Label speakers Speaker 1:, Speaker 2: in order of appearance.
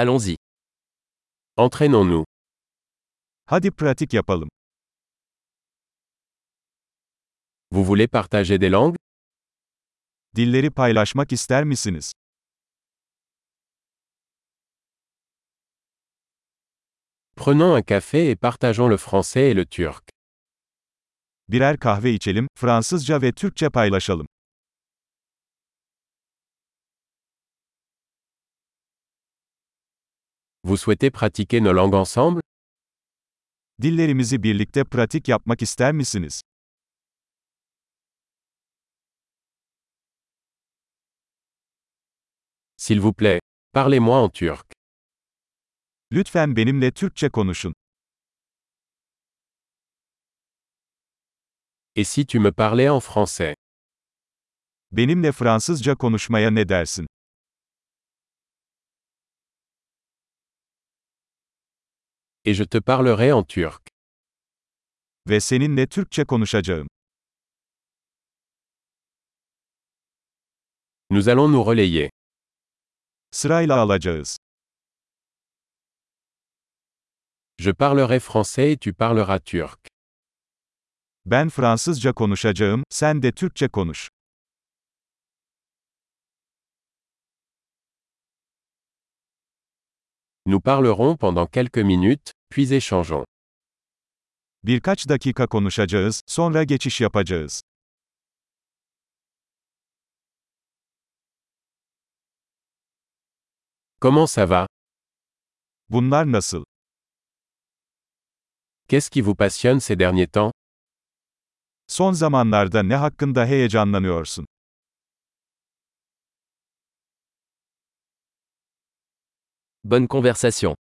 Speaker 1: Allons-y. Entraînons-nous.
Speaker 2: Hadi pratik yapalım.
Speaker 1: Vous voulez partager des langues
Speaker 2: Dilleri paylaşmak ister misiniz?
Speaker 1: Prenons un café et partageons le français et le turc.
Speaker 2: Birer kahve içelim, Fransızca ve Türkçe paylaşalım.
Speaker 1: Vous souhaitez pratiquer nos langues ensemble
Speaker 2: Dillerimizi birlikte pratik yapmak ister misiniz?
Speaker 1: S'il vous plaît, parlez-moi en turc.
Speaker 2: Lütfen benimle Türkçe konuşun.
Speaker 1: Et si tu me parlais en français
Speaker 2: Benimle Fransızca konuşmaya ne dersin?
Speaker 1: Et je te parlerai en turc.
Speaker 2: Ve seninle Türkçe konuşacağım.
Speaker 1: Nous allons nous relayer.
Speaker 2: Sırayla alacağız.
Speaker 1: Je parlerai français et tu parleras turc.
Speaker 2: Ben Fransızca konuşacağım, sen de Türkçe konuş.
Speaker 1: Nous parlerons pendant quelques minutes, puis échangeons.
Speaker 2: Birkaç dakika konuşacağız, sonra geçiş yapacağız.
Speaker 1: Comment ça va
Speaker 2: Bunlar nasıl?
Speaker 1: Qu'est-ce qui vous passionne ces derniers temps
Speaker 2: Son zamanlarda ne hakkında heyecanlanıyorsun?
Speaker 3: Bonne conversation.